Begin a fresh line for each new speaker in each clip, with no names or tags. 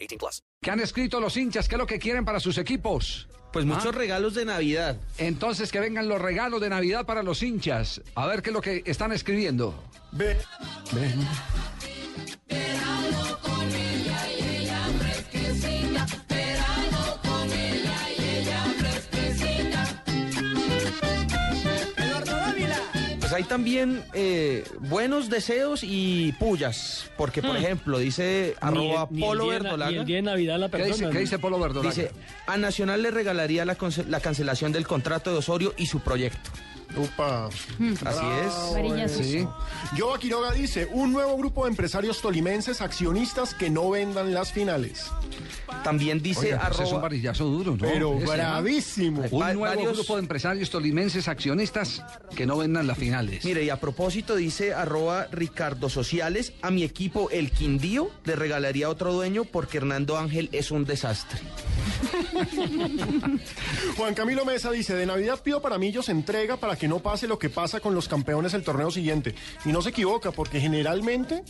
18 plus.
¿Qué han escrito los hinchas? ¿Qué es lo que quieren para sus equipos?
Pues
Ah.
muchos regalos de Navidad.
Entonces que vengan los regalos de Navidad para los hinchas. A ver qué es lo que están escribiendo.
Pues hay también eh, buenos deseos y pullas. Porque, por ejemplo, dice
Hmm. Ni el-
arroba
ni el
Polo
día de na-
Verdolaga,
Ni el día de Navidad la
¿Qué
persona.
dice, qué dice Polo Verdolaga?
Dice, a Nacional le regalaría la, conce- la cancelación del contrato de Osorio y su proyecto.
Upa.
Hmm.
Así es.
Varillazos.
Sí.
Jova Quiroga dice, un nuevo grupo de empresarios tolimenses accionistas que no vendan las finales.
También dice
Oiga, pues es un
arroba...
varillazo duro, ¿no?
Pero
Ese, ¿no?
bravísimo.
Un
Va-
nuevo
varios-
grupo de empresarios tolimenses accionistas que no vendan las finales.
Mire, y a propósito dice arroba Ricardo Sociales, a mi equipo El Quindío le regalaría otro dueño porque Hernando Ángel es un desastre.
Juan Camilo Mesa dice, de Navidad pido para Millos entrega para que no pase lo que pasa con los campeones el torneo siguiente. Y no se equivoca, porque generalmente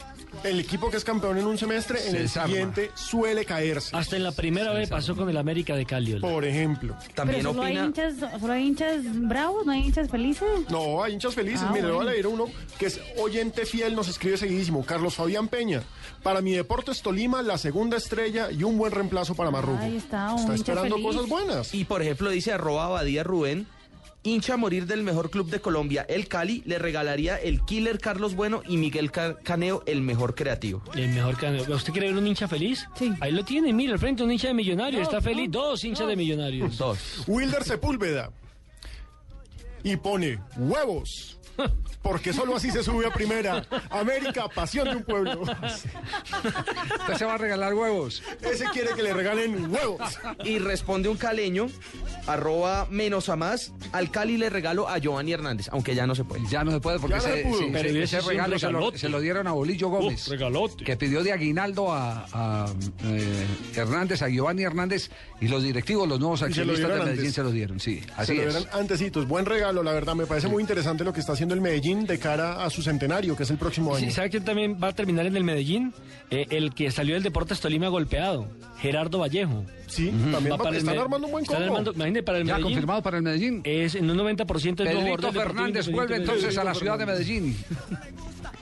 el equipo que es campeón en un semestre, en
Se
el
desarma. Ah.
siguiente suele caerse.
Hasta en la primera vez pasó con el América de Cali. Ola.
Por ejemplo.
También
Pero solo hay,
opina...
hinchas, solo hay hinchas bravos, no hay hinchas felices.
No, hay hinchas felices.
Ah,
Mire, le voy a
bueno.
leer uno que es oyente fiel, nos escribe seguidísimo. Carlos Fabián Peña. Para mi Deportes Tolima, la segunda estrella y un buen reemplazo para Marrugo.
Ahí está, un hincha
esperando
feliz.
cosas buenas.
Y por ejemplo dice arroba Abadía Rubén, hincha a morir del mejor club de Colombia, el Cali, le regalaría el killer Carlos Bueno y Miguel Ca- Caneo, el mejor creativo.
El mejor canal. ¿Usted quiere ver un hincha feliz?
Sí.
Ahí lo tiene, mire, al frente un hincha de millonarios.
Dos,
Está feliz.
dos,
Dos hinchas de millonarios.
Dos.
Wilder Sepúlveda. Y pone huevos. Porque solo así se sube a primera. América, pasión de un pueblo.
Usted se va a regalar huevos.
Ese quiere que le regalen huevos.
Y responde un caleño, arroba menos a más, al Cali le regalo a Giovanni Hernández, aunque ya no se puede.
Ya no se puede porque
Ya no
ese,
se pudo.
sí,
Pero
ese-
hubiese
ese
sido un
regalo se lo,
regalote.
se lo dieron a Bolillo Gómez.
Uf, regalote.
Que pidió de aguinaldo a, a, eh, Hernández, a Giovanni Hernández y los directivos, los nuevos
se lo
accionistas de
dieron
Medellín
antes.
se lo dieron. Sí,
Se
así
lo
es.
verán antecitos. Buen regalo, la verdad. Me parece muy interesante lo que está haciendo el Medellín de cara a su centenario, que es el próximo año.
Sí, ¿Sabe quién también va a terminar en el Medellín? Eh, el que salió del Deportes Tolima golpeado, Gerardo Vallejo.
Sí, también va-
para el
están
Med-
armando un buen
están
combo.
armando- imagínate, para el
Ya
Medellín.
confirmado para el Medellín.
Es en un 90% Eh, el nuevo jugador
Pedrito
del Deportivo
Fernández
Independiente
vuelve
Medellín.
entonces a la ciudad de Medellín.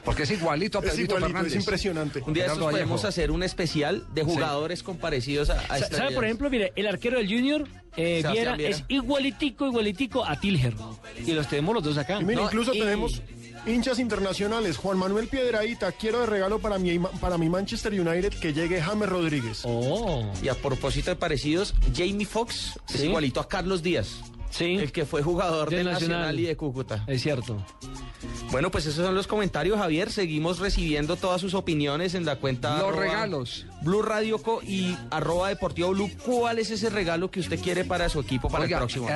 Porque es igualito a
Es
Pedrito
igualito,
Fernández.
es impresionante.
Un día de
Gerardo
estos
Vallejo.
podemos hacer un especial de jugadores comparecidos a, a
Sa-
estas
¿Sabe, por
ideas.
ejemplo, mire, el arquero del Junior, eh,
Sebastián
Viera,
Viera.
es igualitico, igualitico a Tilger. Y los tenemos los dos acá.
Y mira,
No,
incluso
y-
tenemos hinchas internacionales. Juan Manuel Piedraíta, quiero de regalo para mi, para mi Manchester United que llegue James Rodríguez.
Oh,
Y a propósito de parecidos, Jamie Foxx es
Sí.
igualito a Carlos Díaz.
sí,
El que fue jugador
Del
de Nacional.
Nacional.
y de Cúcuta.
es cierto.
Bueno, pues esos son los comentarios, Javier. Seguimos recibiendo todas sus opiniones en la cuenta.
Los
arroba
regalos.
Blue Radio Co y arroba Deportivo Blue. ¿Cuál es ese regalo que usted quiere para su equipo para
Oiga,
el próximo?